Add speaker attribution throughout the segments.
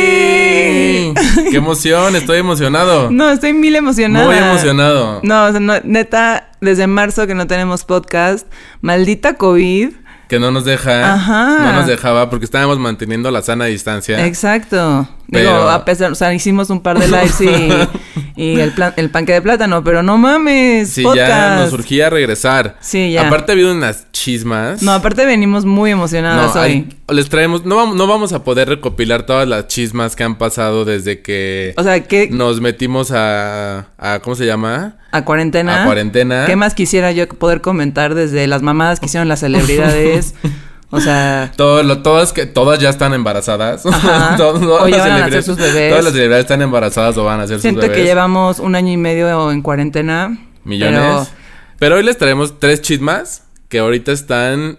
Speaker 1: ¡Gaby! ¡Qué emoción! Estoy emocionado.
Speaker 2: No, estoy mil emocionada.
Speaker 1: Muy emocionado.
Speaker 2: No, o sea, no- neta, desde marzo que no tenemos podcast. Maldita COVID.
Speaker 1: Que no nos deja.
Speaker 2: Ajá.
Speaker 1: No nos dejaba porque estábamos manteniendo la sana distancia.
Speaker 2: Exacto. Digo,
Speaker 1: Pero-
Speaker 2: a pesar, o sea, hicimos un par de lives y, y el, plan, el panque de plátano, pero no mames.
Speaker 1: sí,
Speaker 2: podcast.
Speaker 1: ya nos surgía regresar.
Speaker 2: Sí, ya.
Speaker 1: Aparte ha habido unas chismas.
Speaker 2: No, aparte venimos muy emocionadas
Speaker 1: No,
Speaker 2: hoy.
Speaker 1: hay- les traemos, no, vam- no vamos a poder recopilar todas las chismas que han pasado desde que
Speaker 2: O sea, ¿qué?
Speaker 1: nos metimos a, a- ¿cómo se llama?
Speaker 2: ¿A cuarentena?
Speaker 1: A cuarentena.
Speaker 2: ¿Qué más quisiera yo poder comentar desde las mamadas que hicieron las celebridades? o sea,
Speaker 1: Todo, lo, todas que todas ya están embarazadas.
Speaker 2: Ajá. O ya
Speaker 1: las
Speaker 2: van a
Speaker 1: celebridades-
Speaker 2: nacer sus bebés.
Speaker 1: Todas las celebridades están embarazadas o van a ser sus
Speaker 2: siento
Speaker 1: Pues, bebés.
Speaker 2: que llevamos un año y medio en cuarentena.
Speaker 1: millones. Pero...
Speaker 2: pero-
Speaker 1: hoy les traemos tres chismas que ahorita están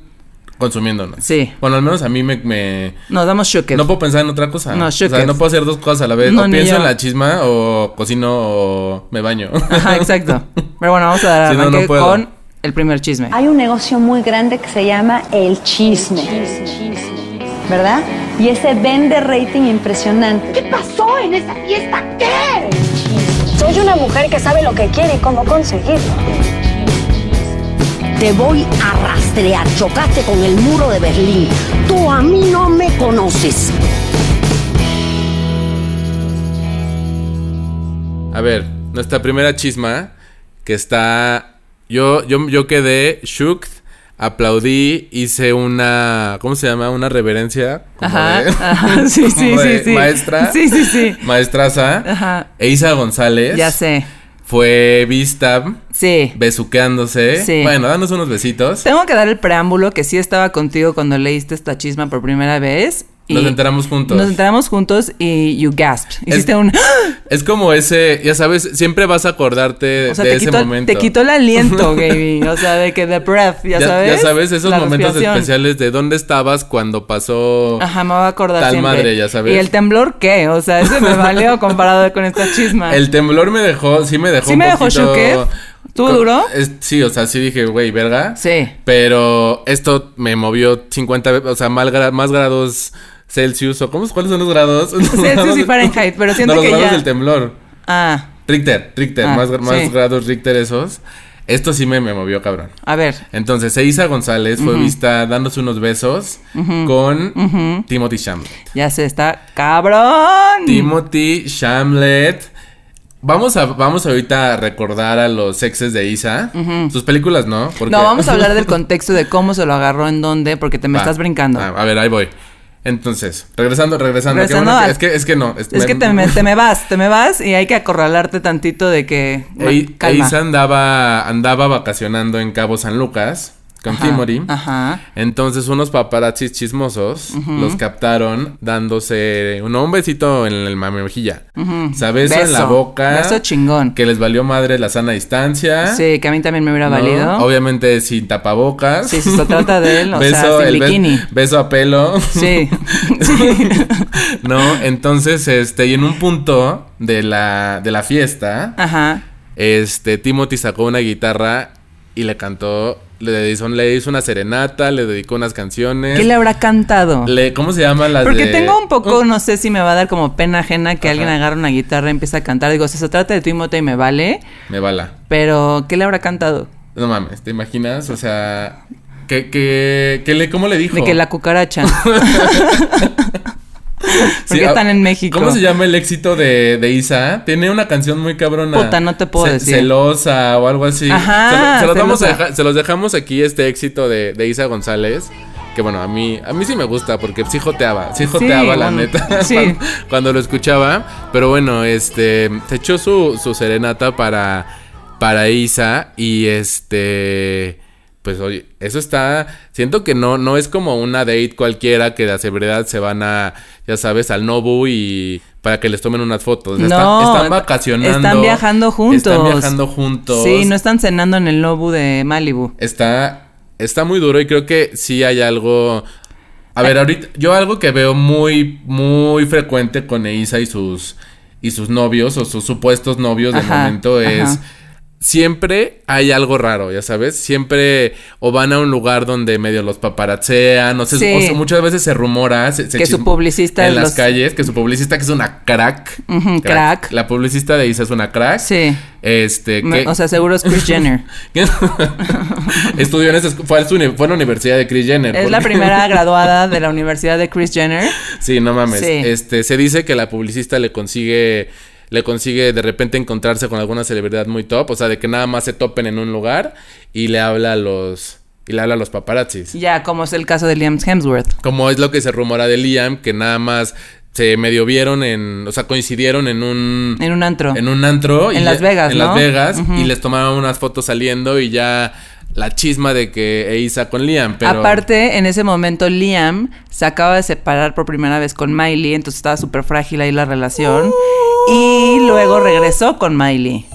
Speaker 1: consumiéndonos.
Speaker 2: Sí.
Speaker 1: Bueno, al menos a mí me, me-
Speaker 2: Nos damos shook.
Speaker 1: no puedo pensar en otra cosa.
Speaker 2: No,
Speaker 1: o sea,
Speaker 2: shooketh.
Speaker 1: no puedo hacer dos cosas a la vez.
Speaker 2: No,
Speaker 1: o
Speaker 2: ni
Speaker 1: pienso
Speaker 2: yo.
Speaker 1: en la chisma o cocino o me baño.
Speaker 2: Ajá, exacto. Pero bueno, vamos a dar
Speaker 1: Sí, no, no
Speaker 2: arranque
Speaker 1: puedo.
Speaker 2: con el primer chisme.
Speaker 3: Hay un negocio muy grande que se llama el chisme. ¿Verdad? Y ese vende rating impresionante.
Speaker 4: ¿Qué pasó en esa fiesta? ¿Qué?
Speaker 5: Soy una mujer que sabe lo que quiere y cómo conseguirlo.
Speaker 4: Te voy a rastrear. Chocaste con el muro de Berlín. Tú a mí no me conoces.
Speaker 1: a ver, nuestra primera chisma que está yo yo yo quedé shook, aplaudí, hice una ¿cómo se llama? una reverencia como
Speaker 2: Ajá,
Speaker 1: de-
Speaker 2: ajá, sí, sí,
Speaker 1: como de
Speaker 2: sí, sí.
Speaker 1: Maestra.
Speaker 2: Sí, sí, sí.
Speaker 1: Maestraza.
Speaker 2: Ajá.
Speaker 1: Eiza González.
Speaker 2: Ya sé.
Speaker 1: Fue vista
Speaker 2: Sí.
Speaker 1: besuqueándose.
Speaker 2: Sí.
Speaker 1: Bueno, danos unos besitos.
Speaker 2: Tengo que dar el preámbulo que sí estaba contigo cuando leíste esta chisma por primera vez. y-
Speaker 1: Nos enteramos juntos.
Speaker 2: Nos enteramos juntos y you gasped.
Speaker 1: Es-
Speaker 2: Hiciste un...
Speaker 1: Es como ese, ya sabes, siempre vas a acordarte
Speaker 2: O sea,
Speaker 1: de
Speaker 2: te
Speaker 1: ese
Speaker 2: quitó,
Speaker 1: momento.
Speaker 2: te quitó el aliento, Gaby. O sea, de que the breath, ya, sabes.
Speaker 1: esos
Speaker 2: La
Speaker 1: momentos
Speaker 2: respiración.
Speaker 1: especiales de dónde estabas cuando pasó.
Speaker 2: Ajá, me voy a acordar
Speaker 1: Tal
Speaker 2: siempre.
Speaker 1: madre, ya sabes.
Speaker 2: ¿Y el temblor qué? O sea, ese me valió comparado con esta chisma.
Speaker 1: El temblor me dejó, sí me dejó
Speaker 2: Sí
Speaker 1: un
Speaker 2: me dejó
Speaker 1: poquito-
Speaker 2: choqué. ¿Tú
Speaker 1: Co-
Speaker 2: duró?
Speaker 1: es- sí, o sea, sí dije, güey, verga.
Speaker 2: Sí.
Speaker 1: Pero esto me movió 50, ve- o sea, mal gra- más grados Celsius o ¿cómo, ¿cuáles son los grados?
Speaker 2: Celsius y Fahrenheit, pero siento
Speaker 1: no, los
Speaker 2: que
Speaker 1: grados
Speaker 2: ya-
Speaker 1: del temblor.
Speaker 2: Ah,
Speaker 1: Richter, Richter,
Speaker 2: Ah,
Speaker 1: más, gra- más
Speaker 2: sí.
Speaker 1: grados Richter esos. Esto sí me, me movió, cabrón.
Speaker 2: a ver.
Speaker 1: Entonces, Eiza González fue vista dándose unos besos con Timothy Chamlet.
Speaker 2: Ya se está cabrón.
Speaker 1: Timothy Chamlet. Vamos a, vamos ahorita a recordar a los exes de Isa. Sus películas, ¿no? Porque-
Speaker 2: No, vamos a hablar del contexto de cómo se lo agarró, en dónde, porque te me
Speaker 1: Va.
Speaker 2: estás brincando.
Speaker 1: Ah, a ver, ahí voy. Entonces, regresando, regresando. qué
Speaker 2: Regresando
Speaker 1: bueno que-
Speaker 2: al-
Speaker 1: es, que, es que no. Es,
Speaker 2: es que te me, te me vas, te me vas y hay que acorralarte tantito de que...
Speaker 1: Ei-
Speaker 2: bueno, calma.
Speaker 1: Eiza E- andaba, andaba vacacionando en Cabo San Lucas con
Speaker 2: Ajá,
Speaker 1: Timothy.
Speaker 2: Ajá.
Speaker 1: Entonces unos paparazzis chismosos los captaron dándose uno, un besito en el mame mejilla. O sea, beso en la
Speaker 2: Beso.
Speaker 1: boca.
Speaker 2: Beso chingón.
Speaker 1: Que les valió madre la sana distancia.
Speaker 2: Sí, que a mí también me hubiera
Speaker 1: ¿no?
Speaker 2: valido.
Speaker 1: Obviamente sin tapabocas.
Speaker 2: Sí, si se trata de él, o sea, sin
Speaker 1: el be-
Speaker 2: bikini.
Speaker 1: beso a pelo.
Speaker 2: Sí. sí.
Speaker 1: no, entonces, este, y en un punto de la, de la fiesta,
Speaker 2: Ajá.
Speaker 1: este, Timothy sacó una guitarra y le cantó, le hizo, le hizo una serenata, le dedicó unas canciones.
Speaker 2: ¿Qué le habrá cantado?
Speaker 1: Le- ¿Cómo se llaman las
Speaker 2: Porque
Speaker 1: de- Oh,
Speaker 2: tengo un poco, no sé si me va a dar como pena ajena que alguien agarre una guitarra y empiece a cantar. Digo, si se trata de Timothy y me vale,
Speaker 1: Me bala.
Speaker 2: pero ¿qué le habrá cantado?
Speaker 1: No mames, ¿te imaginas? O sea, ¿qué, qué, qué le, ¿cómo le dijo?
Speaker 2: De que la cucaracha.
Speaker 1: Sí,
Speaker 2: qué
Speaker 1: ah,
Speaker 2: están en México?
Speaker 1: ¿Cómo se llama el éxito de, de Isa? Tiene una canción muy cabrona.
Speaker 2: Puta, no te puedo decir.
Speaker 1: Celosa o algo así.
Speaker 2: Ajá,
Speaker 1: se, lo- se los vamos a
Speaker 2: celosa.
Speaker 1: dejar- se los dejamos aquí este éxito de, de Isa González. Que bueno, a mí, a mí sí me gusta porque sí joteaba, sí joteaba la
Speaker 2: bueno,
Speaker 1: neta
Speaker 2: sí.
Speaker 1: cuando, cuando lo escuchaba. Pero bueno, este, se echó su, su serenata para, para Isa y este, pues oye, eso está, siento que no, no es como una date cualquiera que de seguridad se van a, ya sabes, al Nobu y para que les tomen unas fotos. O sea, están-
Speaker 2: No,
Speaker 1: están, vacacionando.
Speaker 2: están viajando juntos.
Speaker 1: Están viajando juntos.
Speaker 2: Sí, no están cenando en el Nobu de Malibu.
Speaker 1: Está, está muy duro y creo que sí hay algo. A ver, ahorita, yo algo que veo muy, muy frecuente con Eiza y sus, y sus novios o sus supuestos novios de
Speaker 2: Ajá,
Speaker 1: momento es
Speaker 2: ajá.
Speaker 1: siempre hay algo raro, ya sabes, siempre o van a un lugar donde medio los paparazzean, o, sea,
Speaker 2: Sí.
Speaker 1: o sea, muchas veces se rumora se- se
Speaker 2: Que su
Speaker 1: chism-
Speaker 2: publicista
Speaker 1: en las
Speaker 2: los-
Speaker 1: calles, que su publicista que es una crack,
Speaker 2: Ujú, crack.
Speaker 1: la publicista de Isa es una crack,
Speaker 2: Sí.
Speaker 1: este,
Speaker 2: Me-
Speaker 1: que-
Speaker 2: O sea, seguro es Chris Jenner.
Speaker 1: que- estudió en esa, escu- fue, a su uni- fue a la universidad de Chris Jenner,
Speaker 2: Es la
Speaker 1: porque-
Speaker 2: primera graduada de la universidad de Chris Jenner.
Speaker 1: Sí, no mames.
Speaker 2: Sí.
Speaker 1: Este, se dice que la publicista le consigue le consigue de repente encontrarse con alguna celebridad muy top, o sea, de que nada más se topen en un lugar y le habla a los y le habla a los paparazzis.
Speaker 2: Ya, como es el caso de Liam Hemsworth.
Speaker 1: Como es lo que se rumora de Liam que nada más se medio vieron en, o sea, coincidieron en un
Speaker 2: En un antro.
Speaker 1: en un antro
Speaker 2: En Las
Speaker 1: ya-
Speaker 2: Vegas,
Speaker 1: en
Speaker 2: ¿no?
Speaker 1: Las Vegas
Speaker 2: Ujú.
Speaker 1: y les tomaron unas fotos saliendo y ya la chisma de que Eiza con Liam, pero
Speaker 2: Aparte, en ese momento Liam se acaba de separar por primera vez con Miley, entonces estaba súper frágil ahí la relación. Y luego regresó con Miley.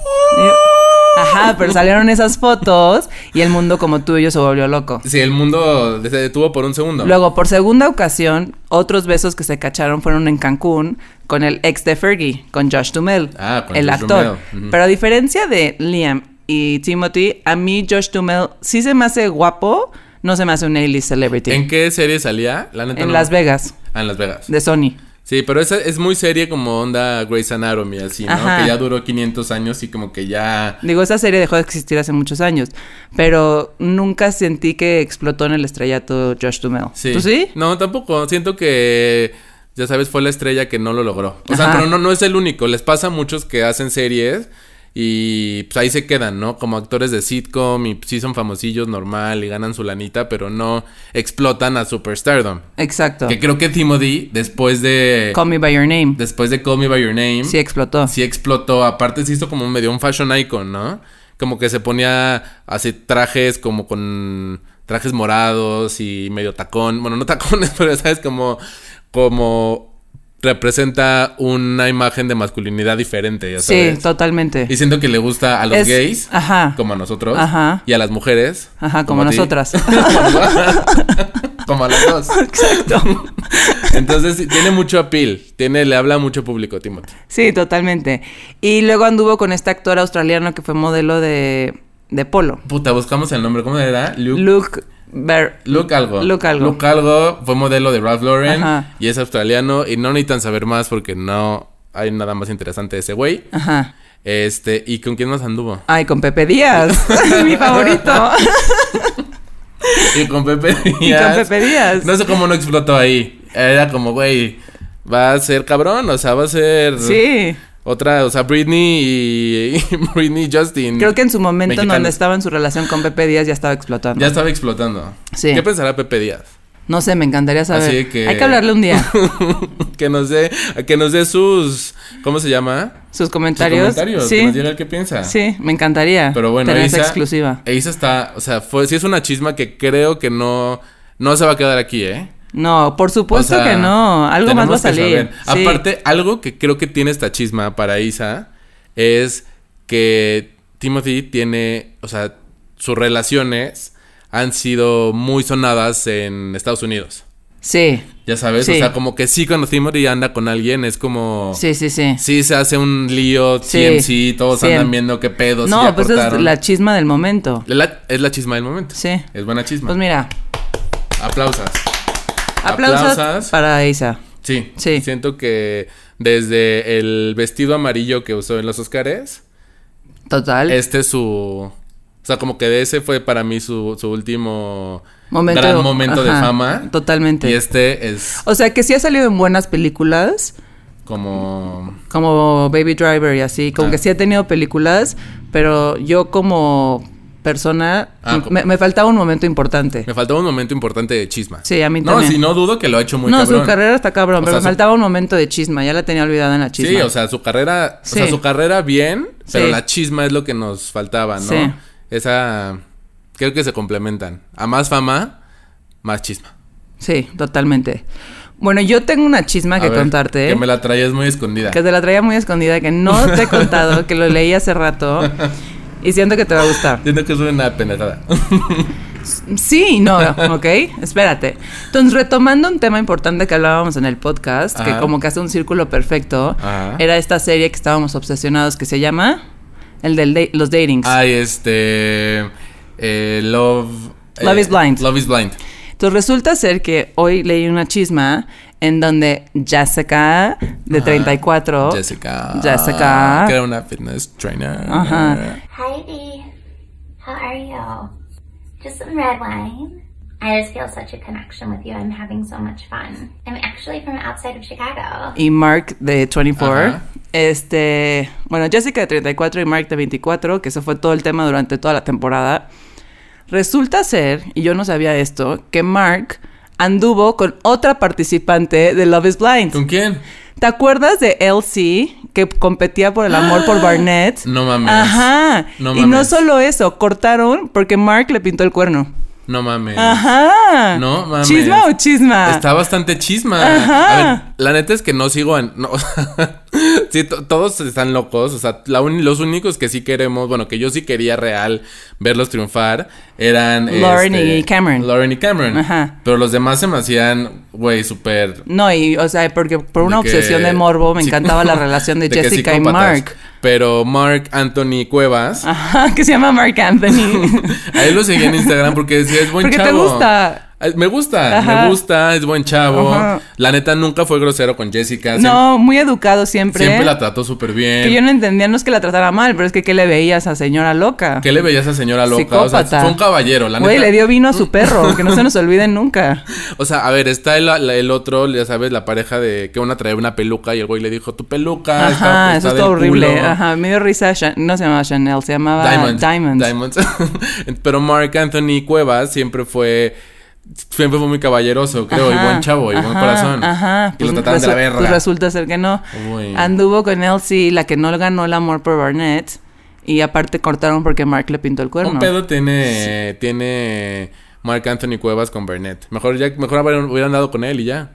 Speaker 2: Ajá, pero salieron esas fotos y el mundo como tú y yo se volvió loco.
Speaker 1: sí, el mundo se detuvo por un segundo.
Speaker 2: Luego, por segunda ocasión, otros besos que se cacharon fueron en Cancún con el ex de Fergie, con Josh Duhamel,
Speaker 1: Ah, con
Speaker 2: el
Speaker 1: Josh
Speaker 2: actor.
Speaker 1: Duhamel, ujú.
Speaker 2: Pero a diferencia de Liam y Timothy, a mí Josh Duhamel sí se me hace guapo, no se me hace un A-list celebrity.
Speaker 1: ¿En qué serie salía? La neta
Speaker 2: En
Speaker 1: no-
Speaker 2: Las Vegas,
Speaker 1: Ah, en Las Vegas.
Speaker 2: de Sony.
Speaker 1: Sí, pero esa es muy serie como onda Grey's Anatomy, así, ¿no?
Speaker 2: Ajá.
Speaker 1: Que ya duró 500 años y como que ya...
Speaker 2: Digo, esa serie dejó de existir hace muchos años, pero nunca sentí que explotó en el estrellato Josh Duhamel.
Speaker 1: Sí.
Speaker 2: ¿Tú sí?
Speaker 1: No, tampoco. Siento que, ya sabes, fue la estrella que no lo logró. O sea,
Speaker 2: Ajá.
Speaker 1: pero no, no es el único. Les pasa a muchos que hacen series y pues ahí se quedan, ¿no? Como actores de sitcom y pues, sí son famosillos normal y ganan su lanita, pero no explotan a superstardom.
Speaker 2: Exacto.
Speaker 1: Que creo que Timothy, después de...
Speaker 2: Call Me By Your Name.
Speaker 1: Después de Call Me By Your Name...
Speaker 2: Sí explotó.
Speaker 1: sí explotó. Aparte se hizo como medio un fashion icon, ¿no? Como que se ponía así trajes como con trajes morados y medio tacón. Bueno, no tacones, pero sabes como como representa una imagen de masculinidad diferente, ya
Speaker 2: Sí,
Speaker 1: sabes.
Speaker 2: totalmente.
Speaker 1: y siento que le gusta a los
Speaker 2: Es-
Speaker 1: gays,
Speaker 2: ajá.
Speaker 1: como a nosotros,
Speaker 2: Ajá.
Speaker 1: y a las mujeres,
Speaker 2: Ajá, como
Speaker 1: a ti.
Speaker 2: nosotras.
Speaker 1: como a los dos.
Speaker 2: Exacto.
Speaker 1: Entonces sí, tiene mucho appeal, tiene, le habla a mucho público, Timothy.
Speaker 2: Sí, totalmente. Y luego anduvo con este actor australiano que fue modelo de, de polo.
Speaker 1: Puta, buscamos el nombre, ¿cómo era? Luke
Speaker 2: Luke Ber-
Speaker 1: Luke algo.
Speaker 2: Luke algo.
Speaker 1: Luke algo fue modelo de Ralph Lauren
Speaker 2: Ajá.
Speaker 1: y es australiano y no necesitan saber más porque no hay nada más interesante de ese güey.
Speaker 2: Ajá.
Speaker 1: Este, ¿y con quién más anduvo?
Speaker 2: Ay, con Pepe Díaz. Mi favorito.
Speaker 1: Y con Pepe Díaz.
Speaker 2: Pepe Díaz.
Speaker 1: No sé cómo no explotó ahí. Era como, güey, va a ser cabrón, o sea, va a ser
Speaker 2: sí.
Speaker 1: Mm. otra, o sea, Britney y, y Britney y Justin.
Speaker 2: Creo que en su momento en donde
Speaker 1: Mexicanos.
Speaker 2: estaba en su relación con Pepe Díaz ya estaba explotando.
Speaker 1: ya estaba explotando.
Speaker 2: Sí.
Speaker 1: ¿Qué pensará Pepe Díaz?
Speaker 2: No sé, me encantaría saber.
Speaker 1: Así que
Speaker 2: Hay que hablarle un día.
Speaker 1: que nos dé que nos dé sus ¿cómo se llama?
Speaker 2: Sus
Speaker 1: Sus
Speaker 2: comentarios.
Speaker 1: comentarios, que nos diga el
Speaker 2: sí.
Speaker 1: que piensa.
Speaker 2: Sí, me encantaría.
Speaker 1: Pero bueno,
Speaker 2: tener
Speaker 1: Isa,
Speaker 2: esa exclusiva.
Speaker 1: Isa está, o sea, fue, sí es una chisma que creo que no, no se va a quedar aquí, ¿eh?
Speaker 2: No, por
Speaker 1: O
Speaker 2: supuesto
Speaker 1: sea,
Speaker 2: Pues que no. Algo más va a
Speaker 1: tenemos que
Speaker 2: salir.
Speaker 1: saber.
Speaker 2: Sí.
Speaker 1: Aparte, algo que creo que tiene esta chisma para Isa es que Timothy tiene, o sea, sus relaciones han sido muy sonadas en Estados Unidos.
Speaker 2: Sí.
Speaker 1: Ya sabes, o
Speaker 2: Sí.
Speaker 1: sea, como que sí cuando Timothy anda con alguien es como...
Speaker 2: Sí, sí, sí.
Speaker 1: Sí, se hace un lío,
Speaker 2: Sí.
Speaker 1: TMC, todos
Speaker 2: Sí.
Speaker 1: andan viendo qué pedos. y
Speaker 2: No,
Speaker 1: ya
Speaker 2: pues es
Speaker 1: cortaron.
Speaker 2: la chisma del momento.
Speaker 1: La- es la chisma del momento.
Speaker 2: Sí.
Speaker 1: Es buena chisma.
Speaker 2: Pues mira,
Speaker 1: Aplausas.
Speaker 2: aplausos para Isa.
Speaker 1: Sí.
Speaker 2: Sí.
Speaker 1: Siento que desde el vestido amarillo que usó en los Oscars,
Speaker 2: Total.
Speaker 1: este es su. O sea, como que de ese fue para mí su, su último
Speaker 2: Momento-
Speaker 1: gran momento de
Speaker 2: ajá,
Speaker 1: fama.
Speaker 2: totalmente.
Speaker 1: Y este es
Speaker 2: O sea, que sí ha salido en buenas películas,
Speaker 1: como.
Speaker 2: como Baby Driver y así. Como
Speaker 1: Ah.
Speaker 2: que sí ha tenido películas, pero yo como persona
Speaker 1: Ah, como-
Speaker 2: me, me faltaba un momento importante.
Speaker 1: Me faltaba un momento importante de chisma.
Speaker 2: Sí, a mí
Speaker 1: no,
Speaker 2: también.
Speaker 1: si no dudo que lo ha hecho muy
Speaker 2: no,
Speaker 1: cabrón.
Speaker 2: su carrera está
Speaker 1: O
Speaker 2: cabrón, pero
Speaker 1: sea,
Speaker 2: me
Speaker 1: su-
Speaker 2: faltaba un momento de chisma. Ya la tenía olvidada en la chisma.
Speaker 1: Sí, o sea, su carrera, o sea,
Speaker 2: Sí.
Speaker 1: su carrera bien, pero
Speaker 2: Sí.
Speaker 1: la chisma es lo que nos faltaba, ¿no?
Speaker 2: Sí.
Speaker 1: Esa creo que se complementan. A más fama, más chisma.
Speaker 2: Sí, totalmente. Bueno, yo tengo una chisma
Speaker 1: A
Speaker 2: que
Speaker 1: ver,
Speaker 2: Ah, contarte. ¿eh?
Speaker 1: Que me la traías muy escondida.
Speaker 2: Que te la traía muy escondida, que no te he contado, que lo leí hace rato. Y siento que te va a gustar.
Speaker 1: Siento que es una pendejada.
Speaker 2: Sí, no, ok, espérate. Entonces, retomando un tema importante que hablábamos en el podcast, que
Speaker 1: Ajá.
Speaker 2: como que hace un círculo perfecto,
Speaker 1: Ajá.
Speaker 2: era esta serie que estábamos obsesionados que se llama El de los datings.
Speaker 1: Ay, este. eh, love. eh,
Speaker 2: Love is Blind.
Speaker 1: Love is Blind.
Speaker 2: Entonces resulta ser que hoy leí una chisma en donde Jessica, de 34,
Speaker 1: Jessica.
Speaker 2: Oh. Jessica.
Speaker 1: Que era una fitness trainer.
Speaker 2: Ajá.
Speaker 6: Hi Dee. How are you? Just some red wine. I just feel such a connection with you. I'm having so much fun. I'm actually from outside of Chicago.
Speaker 2: y Mark de 24.
Speaker 1: Ajá.
Speaker 2: Este, bueno, Jessica de 34 y Mark de 24, que eso fue todo el tema durante toda la temporada. Resulta ser, y yo no sabía esto, que Mark anduvo con otra participante de Love is Blind.
Speaker 1: ¿Con quién?
Speaker 2: ¿Te acuerdas de Elsie que competía por el amor
Speaker 1: ¡Ah!
Speaker 2: por Barnett?
Speaker 1: No mames.
Speaker 2: Ajá.
Speaker 1: No
Speaker 2: Y no
Speaker 1: mames.
Speaker 2: solo eso, cortaron porque Mark le pintó el cuerno.
Speaker 1: No mames.
Speaker 2: Ajá.
Speaker 1: Mm. No mames.
Speaker 2: ¿Chisma o chisma?
Speaker 1: Está bastante chisma.
Speaker 2: Ajá.
Speaker 1: A ver, la neta es que no sigo a. no, o sea, sí, to- todos están locos. O sea, la uni- los únicos que sí queremos, bueno, que yo sí quería real verlos triunfar eran. este,
Speaker 2: Lauren y Cameron.
Speaker 1: Lauren y Cameron.
Speaker 2: Ajá.
Speaker 1: Pero los demás se me hacían, güey, súper.
Speaker 2: No, y o sea, porque por una
Speaker 1: que-
Speaker 2: obsesión de morbo me
Speaker 1: sí.
Speaker 2: encantaba la relación de,
Speaker 1: que
Speaker 2: Jessica y
Speaker 1: psicópatas.
Speaker 2: Mark.
Speaker 1: Pero Mark Anthony Cuevas.
Speaker 2: Ajá, que se llama Mark Anthony.
Speaker 1: A él lo seguí en Instagram porque decía, es buen
Speaker 2: Porque te
Speaker 1: chavo.
Speaker 2: gusta.
Speaker 1: Ay, Me gusta,
Speaker 2: Ajá.
Speaker 1: me gusta, es buen chavo.
Speaker 2: Ajá.
Speaker 1: La neta nunca fue grosero con Jessica. Siempre-
Speaker 2: no, muy educado siempre.
Speaker 1: Siempre, la trató súper bien.
Speaker 2: que yo no entendía, no es que la tratara mal, pero es que ¿qué le veías a señora loca?
Speaker 1: ¿Qué le veía a esa señora loca? O sea,
Speaker 2: Psicópata.
Speaker 1: fue un caballero, la
Speaker 2: Güey,
Speaker 1: neta.
Speaker 2: le dio vino a su perro, que no se nos olvide nunca.
Speaker 1: O sea, a ver, está el, la- el otro, ya sabes, la pareja de que una traía una peluca y el güey le dijo, tu peluca.
Speaker 2: Ajá,
Speaker 1: Ah, está,
Speaker 2: eso
Speaker 1: está
Speaker 2: está
Speaker 1: del
Speaker 2: horrible.
Speaker 1: culo".
Speaker 2: Ajá, me dio risa. Shan- no se llamaba Chanel, se llamaba
Speaker 1: Diamond.
Speaker 2: Diamond.
Speaker 1: Diamonds. Pero Mark Anthony Cuevas siempre fue. Siempre fue muy caballeroso, creo, y
Speaker 2: Ajá,
Speaker 1: buen chavo, y buen
Speaker 2: ajá,
Speaker 1: corazón.
Speaker 2: Ajá.
Speaker 1: Y lo
Speaker 2: Pues
Speaker 1: trataban de la
Speaker 2: resu-
Speaker 1: verga.
Speaker 2: pues resulta ser que no.
Speaker 1: Uy.
Speaker 2: Anduvo con Elsie, la que no ganó el amor por Barnett. Y aparte cortaron porque Mark le pintó el cuerno.
Speaker 1: Un pedo tiene. Tiene. Mark Anthony Cuevas con Burnett. Mejor ya, mejor hubieran, hubieran dado con él y ya.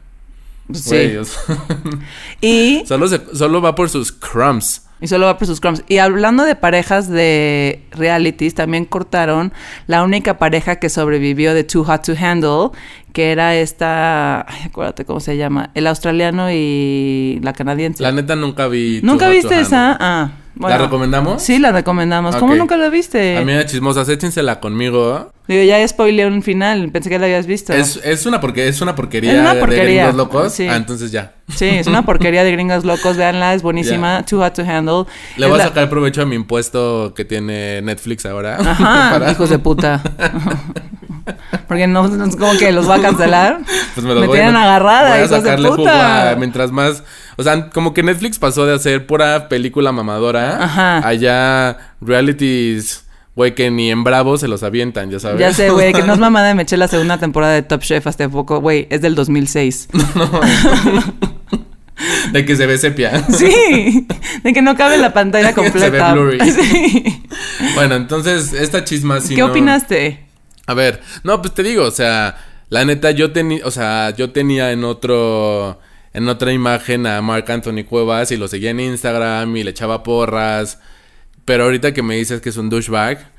Speaker 2: Pues sí.
Speaker 1: Güey, o sea,
Speaker 2: Y,
Speaker 1: solo, se- solo va por sus crumbs.
Speaker 2: y solo va por sus crumbs. Y hablando de parejas de realities, también cortaron la única pareja que sobrevivió de Too Hot to Handle, que era esta. Ay, acuérdate cómo se llama. El australiano y la canadiense.
Speaker 1: La neta nunca vi. Too
Speaker 2: ¿Nunca
Speaker 1: Hot to
Speaker 2: viste
Speaker 1: Handle.
Speaker 2: esa? Ah, bueno.
Speaker 1: ¿La recomendamos?
Speaker 2: Sí, la recomendamos. ¿Cómo
Speaker 1: Ok.
Speaker 2: nunca la viste?
Speaker 1: A mí chismosas, échensela conmigo.
Speaker 2: Digo, ya spoileé un final, pensé que la habías visto.
Speaker 1: Es, es, una porque, es una porquería
Speaker 2: Es una
Speaker 1: de
Speaker 2: porquería,
Speaker 1: gringos locos.
Speaker 2: sí.
Speaker 1: Ah, entonces ya.
Speaker 2: Sí, es una porquería de gringos locos, véanla, es buenísima, Too Hot to Handle.
Speaker 1: Le
Speaker 2: Es
Speaker 1: voy a
Speaker 2: la-
Speaker 1: sacar provecho a mi impuesto que tiene Netflix ahora.
Speaker 2: Ajá,
Speaker 1: Para-
Speaker 2: hijos de puta. Porque no, no es como que los va a cancelar.
Speaker 1: Pues me los voy-
Speaker 2: tienen
Speaker 1: me-
Speaker 2: agarrada,
Speaker 1: voy a
Speaker 2: hijos de
Speaker 1: sacarle jugo
Speaker 2: puta.
Speaker 1: a- mientras más. O sea, como que Netflix pasó de hacer pura película mamadora.
Speaker 2: Ajá.
Speaker 1: Allá, realities, güey, que ni en Bravo se los avientan, ya sabes.
Speaker 2: Ya sé, güey, que no es mamada, me eché la segunda temporada de Top Chef hasta poco, güey, es del 2006.
Speaker 1: de que se ve sepia.
Speaker 2: Sí, de que no cabe en la pantalla
Speaker 1: Se ve
Speaker 2: completa.
Speaker 1: blurry.
Speaker 2: Sí.
Speaker 1: Bueno, entonces, esta chisma sí
Speaker 2: ¿Qué
Speaker 1: no-
Speaker 2: opinaste?
Speaker 1: A ver, no, pues te digo, o sea, la neta yo tenía, o sea, yo tenía en otro en otra imagen a Marc Anthony Cuevas y lo seguía en Instagram y le echaba porras, pero ahorita que me dices que es un douchebag,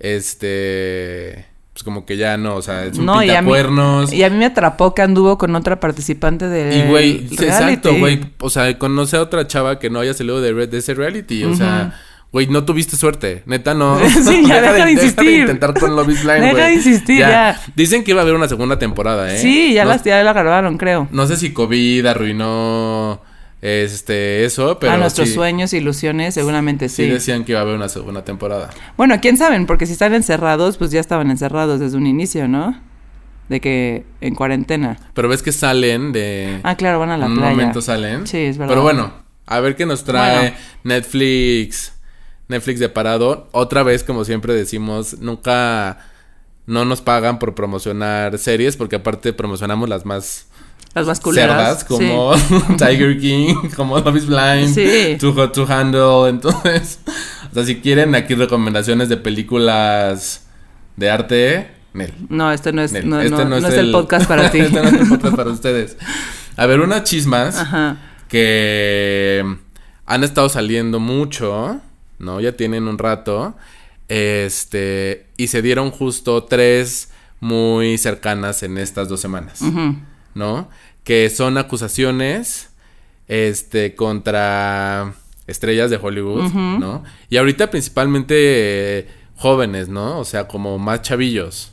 Speaker 1: este pues como que ya no, o sea, es un
Speaker 2: y a, mí,
Speaker 1: pintacuernos.
Speaker 2: y a mí me atrapó que anduvo con otra participante de
Speaker 1: Y güey,
Speaker 2: reality.
Speaker 1: exacto, güey, o sea, conoce a otra chava que no haya salido de Red de ese reality, o sea, güey, no tuviste suerte, neta no.
Speaker 2: Sí, ya deja de insistir.
Speaker 1: intentar con Love is Blind,
Speaker 2: Deja
Speaker 1: güey.
Speaker 2: de insistir, ya.
Speaker 1: Dicen que iba a haber una segunda temporada, ¿eh?
Speaker 2: Sí, ya,
Speaker 1: no,
Speaker 2: las, ya la grabaron, creo.
Speaker 1: No sé si COVID arruinó este eso, pero
Speaker 2: a nuestros
Speaker 1: sí,
Speaker 2: sueños, e ilusiones, seguramente
Speaker 1: sí
Speaker 2: sí.
Speaker 1: decían que iba a haber una segunda temporada.
Speaker 2: Bueno, quién saben, porque si están encerrados, pues ya estaban encerrados desde un inicio, ¿no? De que en cuarentena.
Speaker 1: Pero ves que salen de
Speaker 2: Ah, claro, van a la
Speaker 1: en un
Speaker 2: playa.
Speaker 1: momento salen.
Speaker 2: Sí, es verdad.
Speaker 1: Pero bueno, a ver qué nos trae
Speaker 2: Bueno.
Speaker 1: Netflix. Netflix de parado. Otra vez, como siempre decimos, nunca no nos pagan por promocionar series, porque aparte promocionamos las más
Speaker 2: Las masculinas.
Speaker 1: cerdas, como Tiger King, como Love is Blind,
Speaker 2: Sí.
Speaker 1: Too Hot to Handle. Entonces, o sea, si quieren aquí recomendaciones de películas de arte, Nel.
Speaker 2: No, este no es,
Speaker 1: Nel.
Speaker 2: no,
Speaker 1: Este
Speaker 2: no- no es el podcast para ti.
Speaker 1: este no es el podcast para ustedes. A ver, unas chismas
Speaker 2: Ajá.
Speaker 1: que han estado saliendo mucho, ¿no? Ya tienen un rato. Este, y se dieron justo tres muy cercanas en estas dos semanas, ¿no? Que son acusaciones, este, contra estrellas de Hollywood, ¿no? Y ahorita principalmente eh, jóvenes, ¿no? O sea, como más chavillos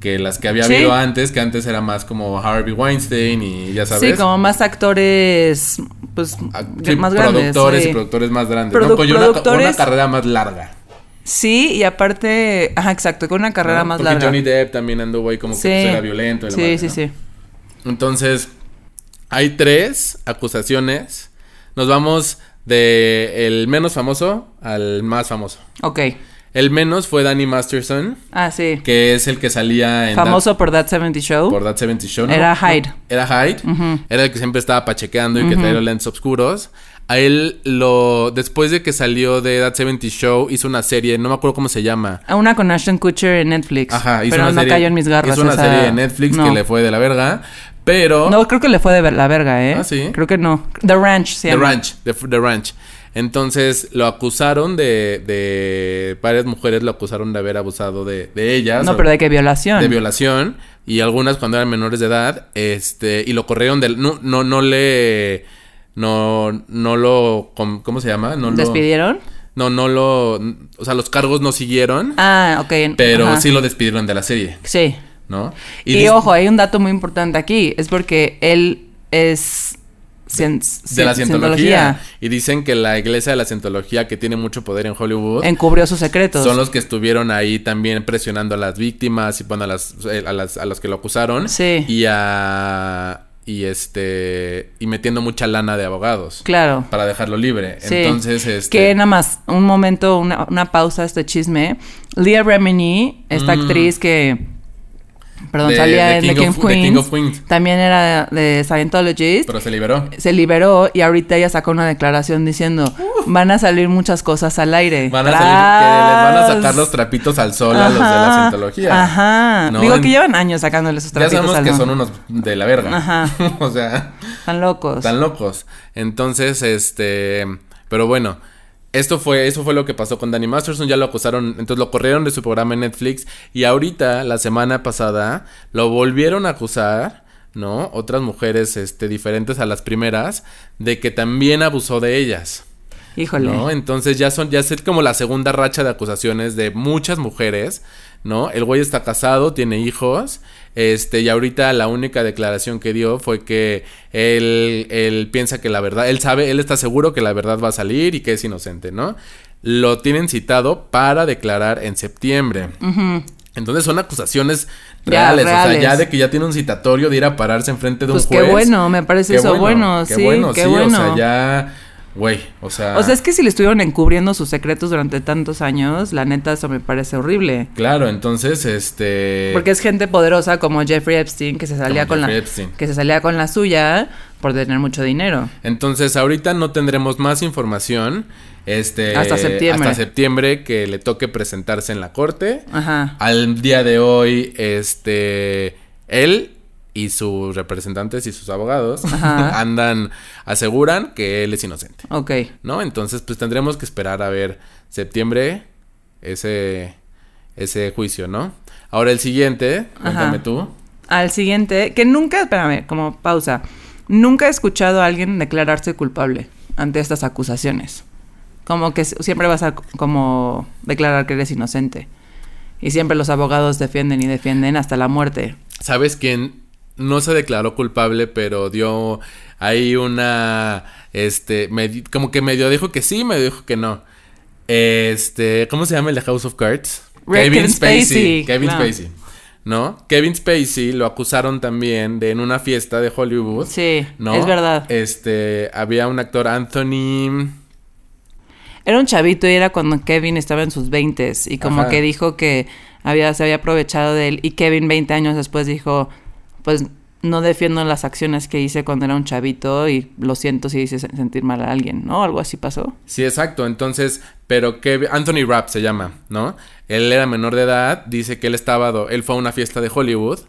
Speaker 1: que las que había
Speaker 2: Sí.
Speaker 1: habido antes, que antes era más como Harvey Weinstein y ya sabes.
Speaker 2: Sí, como más actores, pues,
Speaker 1: Ah,
Speaker 2: gr-
Speaker 1: sí,
Speaker 2: más grandes.
Speaker 1: productores
Speaker 2: sí.
Speaker 1: y productores más grandes.
Speaker 2: Produ-
Speaker 1: ¿no? Pues Con una, con una
Speaker 2: productores-
Speaker 1: carrera más larga.
Speaker 2: Sí, y aparte, ajá, exacto, con una carrera
Speaker 1: ¿no?
Speaker 2: más
Speaker 1: Porque
Speaker 2: larga.
Speaker 1: Johnny Depp también anduvo ahí como
Speaker 2: sí.
Speaker 1: que pues, era violento. y la
Speaker 2: sí,
Speaker 1: madre,
Speaker 2: sí,
Speaker 1: ¿no?
Speaker 2: sí.
Speaker 1: Entonces, hay tres acusaciones. Nos vamos de el menos famoso al más famoso.
Speaker 2: Ok.
Speaker 1: El menos fue Danny Masterson,
Speaker 2: Ah, sí.
Speaker 1: que es el que salía en
Speaker 2: Famoso
Speaker 1: That-
Speaker 2: por That 70 Show.
Speaker 1: por That 70 Show.
Speaker 2: Era Hyde.
Speaker 1: Era Hyde. Era el que siempre estaba pachequeando y que traía los lentes oscuros. A él lo después de que salió de That 70 Show hizo una serie, no me acuerdo cómo se llama.
Speaker 2: A Ah, una con Ashton Kutcher en Netflix.
Speaker 1: Ajá, hizo
Speaker 2: pero
Speaker 1: una
Speaker 2: no
Speaker 1: serie,
Speaker 2: cayó en mis garras.
Speaker 1: Hizo una
Speaker 2: esa-
Speaker 1: serie de Netflix
Speaker 2: no.
Speaker 1: que le fue de la verga, pero
Speaker 2: No, creo que le fue de ver- la verga, ¿eh?
Speaker 1: Ah, sí.
Speaker 2: Creo que no. The Ranch, sí.
Speaker 1: The Ranch, The, F- The Ranch. Entonces lo acusaron de, de varias mujeres lo acusaron de haber abusado de, de ellas.
Speaker 2: No,
Speaker 1: o
Speaker 2: pero de qué violación.
Speaker 1: de violación y algunas cuando eran menores de edad, este y lo corrieron del no no no le no no lo com- ¿cómo se llama? No lo-
Speaker 2: ¿Despidieron?
Speaker 1: No, no lo o sea, los cargos no siguieron,
Speaker 2: Ah, ok.
Speaker 1: pero
Speaker 2: ajá.
Speaker 1: sí lo despidieron de la serie,
Speaker 2: Sí.
Speaker 1: ¿no?
Speaker 2: Y,
Speaker 1: dis-
Speaker 2: ojo, hay un dato muy importante aquí. Es porque él es. cien-
Speaker 1: de la
Speaker 2: cien-
Speaker 1: cientología. Y dicen que la iglesia de la cientología, que tiene mucho poder en Hollywood,
Speaker 2: Encubrió sus secretos.
Speaker 1: son los que estuvieron ahí también presionando a las víctimas y bueno, a las, eh, a las, a los que lo acusaron.
Speaker 2: Sí.
Speaker 1: Y a. Y este. Y metiendo mucha lana de abogados.
Speaker 2: Claro.
Speaker 1: Para dejarlo libre.
Speaker 2: Sí.
Speaker 1: Entonces, este.
Speaker 2: Que nada más, un momento, una, una pausa a este chisme. Leah Remini, esta actriz que. Perdón,
Speaker 1: Mm. De-
Speaker 2: salía
Speaker 1: de
Speaker 2: en
Speaker 1: King
Speaker 2: The King,
Speaker 1: of-
Speaker 2: of,
Speaker 1: de
Speaker 2: Queens,
Speaker 1: King of Queens.
Speaker 2: También era de Scientologist.
Speaker 1: Pero se liberó.
Speaker 2: se liberó y ahorita ella sacó una declaración diciendo: Van a salir muchas cosas al aire.
Speaker 1: Van a salir, que les van a sacar
Speaker 2: Tras.
Speaker 1: los trapitos al sol a los de la
Speaker 2: Ajá,
Speaker 1: cientología.
Speaker 2: Ajá.
Speaker 1: ¿No?
Speaker 2: Digo
Speaker 1: En-
Speaker 2: que llevan años sacándole esos
Speaker 1: Ya
Speaker 2: trapitos
Speaker 1: sabemos
Speaker 2: al
Speaker 1: que
Speaker 2: sol.
Speaker 1: son unos de la verga.
Speaker 2: Ajá.
Speaker 1: o sea.
Speaker 2: Están locos.
Speaker 1: Tan locos. Entonces, este. Pero bueno. Esto fue, eso fue lo que pasó con Danny Masterson, ya lo acusaron, entonces lo corrieron de su programa en Netflix y ahorita, la semana pasada, lo volvieron a acusar, ¿no? Otras mujeres, este, diferentes a las primeras, de que también abusó de ellas.
Speaker 2: Híjole.
Speaker 1: ¿No? Entonces ya son, ya es como la segunda racha de acusaciones de muchas mujeres, ¿no? El güey está casado, tiene hijos, este, y ahorita la única declaración que dio fue que él, él piensa que la verdad, él sabe, él está seguro que la verdad va a salir y que es inocente, ¿no? Lo tienen citado para declarar en septiembre. Entonces son acusaciones
Speaker 2: Ya,
Speaker 1: reales, o sea,
Speaker 2: reales.
Speaker 1: ya de que ya tiene un citatorio de ir a pararse enfrente de
Speaker 2: Pues
Speaker 1: un
Speaker 2: qué
Speaker 1: juez.
Speaker 2: bueno, me parece eso bueno,
Speaker 1: qué
Speaker 2: sí,
Speaker 1: bueno,
Speaker 2: qué
Speaker 1: sí, o sea,
Speaker 2: bueno.
Speaker 1: ya, güey, o sea...
Speaker 2: O sea, es que si le estuvieron encubriendo sus secretos durante tantos años, la neta, eso me parece horrible.
Speaker 1: Claro, entonces, este.
Speaker 2: Porque es gente poderosa como Jeffrey Epstein que se salía
Speaker 1: Como
Speaker 2: con la
Speaker 1: Jeffrey Epstein.
Speaker 2: que se salía con la suya por tener mucho dinero.
Speaker 1: Entonces, ahorita no tendremos más información. Este.
Speaker 2: Hasta septiembre.
Speaker 1: Hasta septiembre que le toque presentarse en la corte.
Speaker 2: Ajá.
Speaker 1: Al día de hoy, este. Él y sus representantes y sus abogados
Speaker 2: Ajá.
Speaker 1: andan. aseguran que él es inocente.
Speaker 2: Ok.
Speaker 1: ¿No? Entonces, pues tendremos que esperar a ver septiembre. Ese. ese juicio, ¿no? Ahora el siguiente, cuéntame tú.
Speaker 2: Al siguiente, que nunca, espérame, como pausa. Nunca he escuchado a alguien declararse culpable ante estas acusaciones. Como que s- siempre vas a c- como declarar que eres inocente. Y siempre los abogados defienden y defienden hasta la muerte.
Speaker 1: ¿Sabes quién? No se declaró culpable, pero dio ahí una. Este. medi- como que medio dijo que sí, medio dijo que no. Este. ¿Cómo se llama el de House of Cards?
Speaker 2: Rick and Spacey,
Speaker 1: Kevin
Speaker 2: claro.
Speaker 1: Spacey. ¿No? Kevin Spacey lo acusaron también de en una fiesta de Hollywood.
Speaker 2: Sí,
Speaker 1: ¿no?
Speaker 2: es verdad.
Speaker 1: Este. Había un actor, Anthony.
Speaker 2: Era un chavito y era cuando Kevin estaba en sus veintes y como
Speaker 1: Ajá.
Speaker 2: que dijo que había, se había aprovechado de él y Kevin 20 años después dijo, pues no defiendo las acciones que hice cuando era un chavito y lo siento si hice se- sentir mal a alguien, ¿no? Algo así pasó.
Speaker 1: Sí, exacto. Entonces, pero que Anthony Rapp se llama, ¿no? Él era menor de edad, dice que él estaba, do- él fue a una fiesta de Hollywood,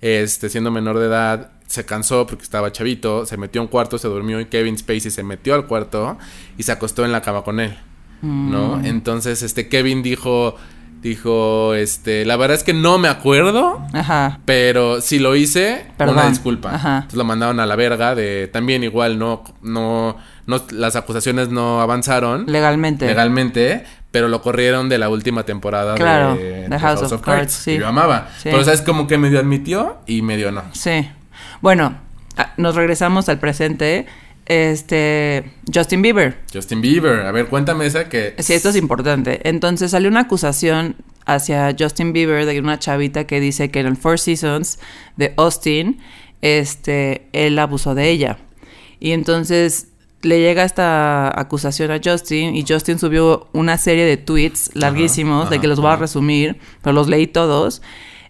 Speaker 1: este, siendo menor de edad, se cansó porque estaba chavito, se metió a un cuarto, se durmió y Kevin Spacey se metió al cuarto y se acostó en la cama con él, ¿no? Entonces, este, Kevin dijo, Dijo, este, la verdad es que no me acuerdo,
Speaker 2: Ajá.
Speaker 1: pero si lo hice,
Speaker 2: Perdón.
Speaker 1: una disculpa.
Speaker 2: Ajá.
Speaker 1: Entonces lo mandaron a la verga de también igual no no no las acusaciones no avanzaron
Speaker 2: Legalmente.
Speaker 1: legalmente, pero lo corrieron de la última temporada
Speaker 2: Claro,
Speaker 1: de,
Speaker 2: de
Speaker 1: de
Speaker 2: House of Cards, sí.
Speaker 1: que yo amaba.
Speaker 2: Sí.
Speaker 1: Pero sabes como que medio admitió y medio no.
Speaker 2: Sí. Bueno, a- nos regresamos al presente. Este, Justin Bieber.
Speaker 1: Justin Bieber, a ver, cuéntame esa que
Speaker 2: Sí, esto es importante. Entonces salió una acusación hacia Justin Bieber de una chavita que dice que en el Four Seasons de Austin, este, él abusó de ella. Y entonces le llega esta acusación a Justin y Justin subió una serie de tweets larguísimos, de
Speaker 1: ajá,
Speaker 2: que los voy a resumir, pero los leí todos,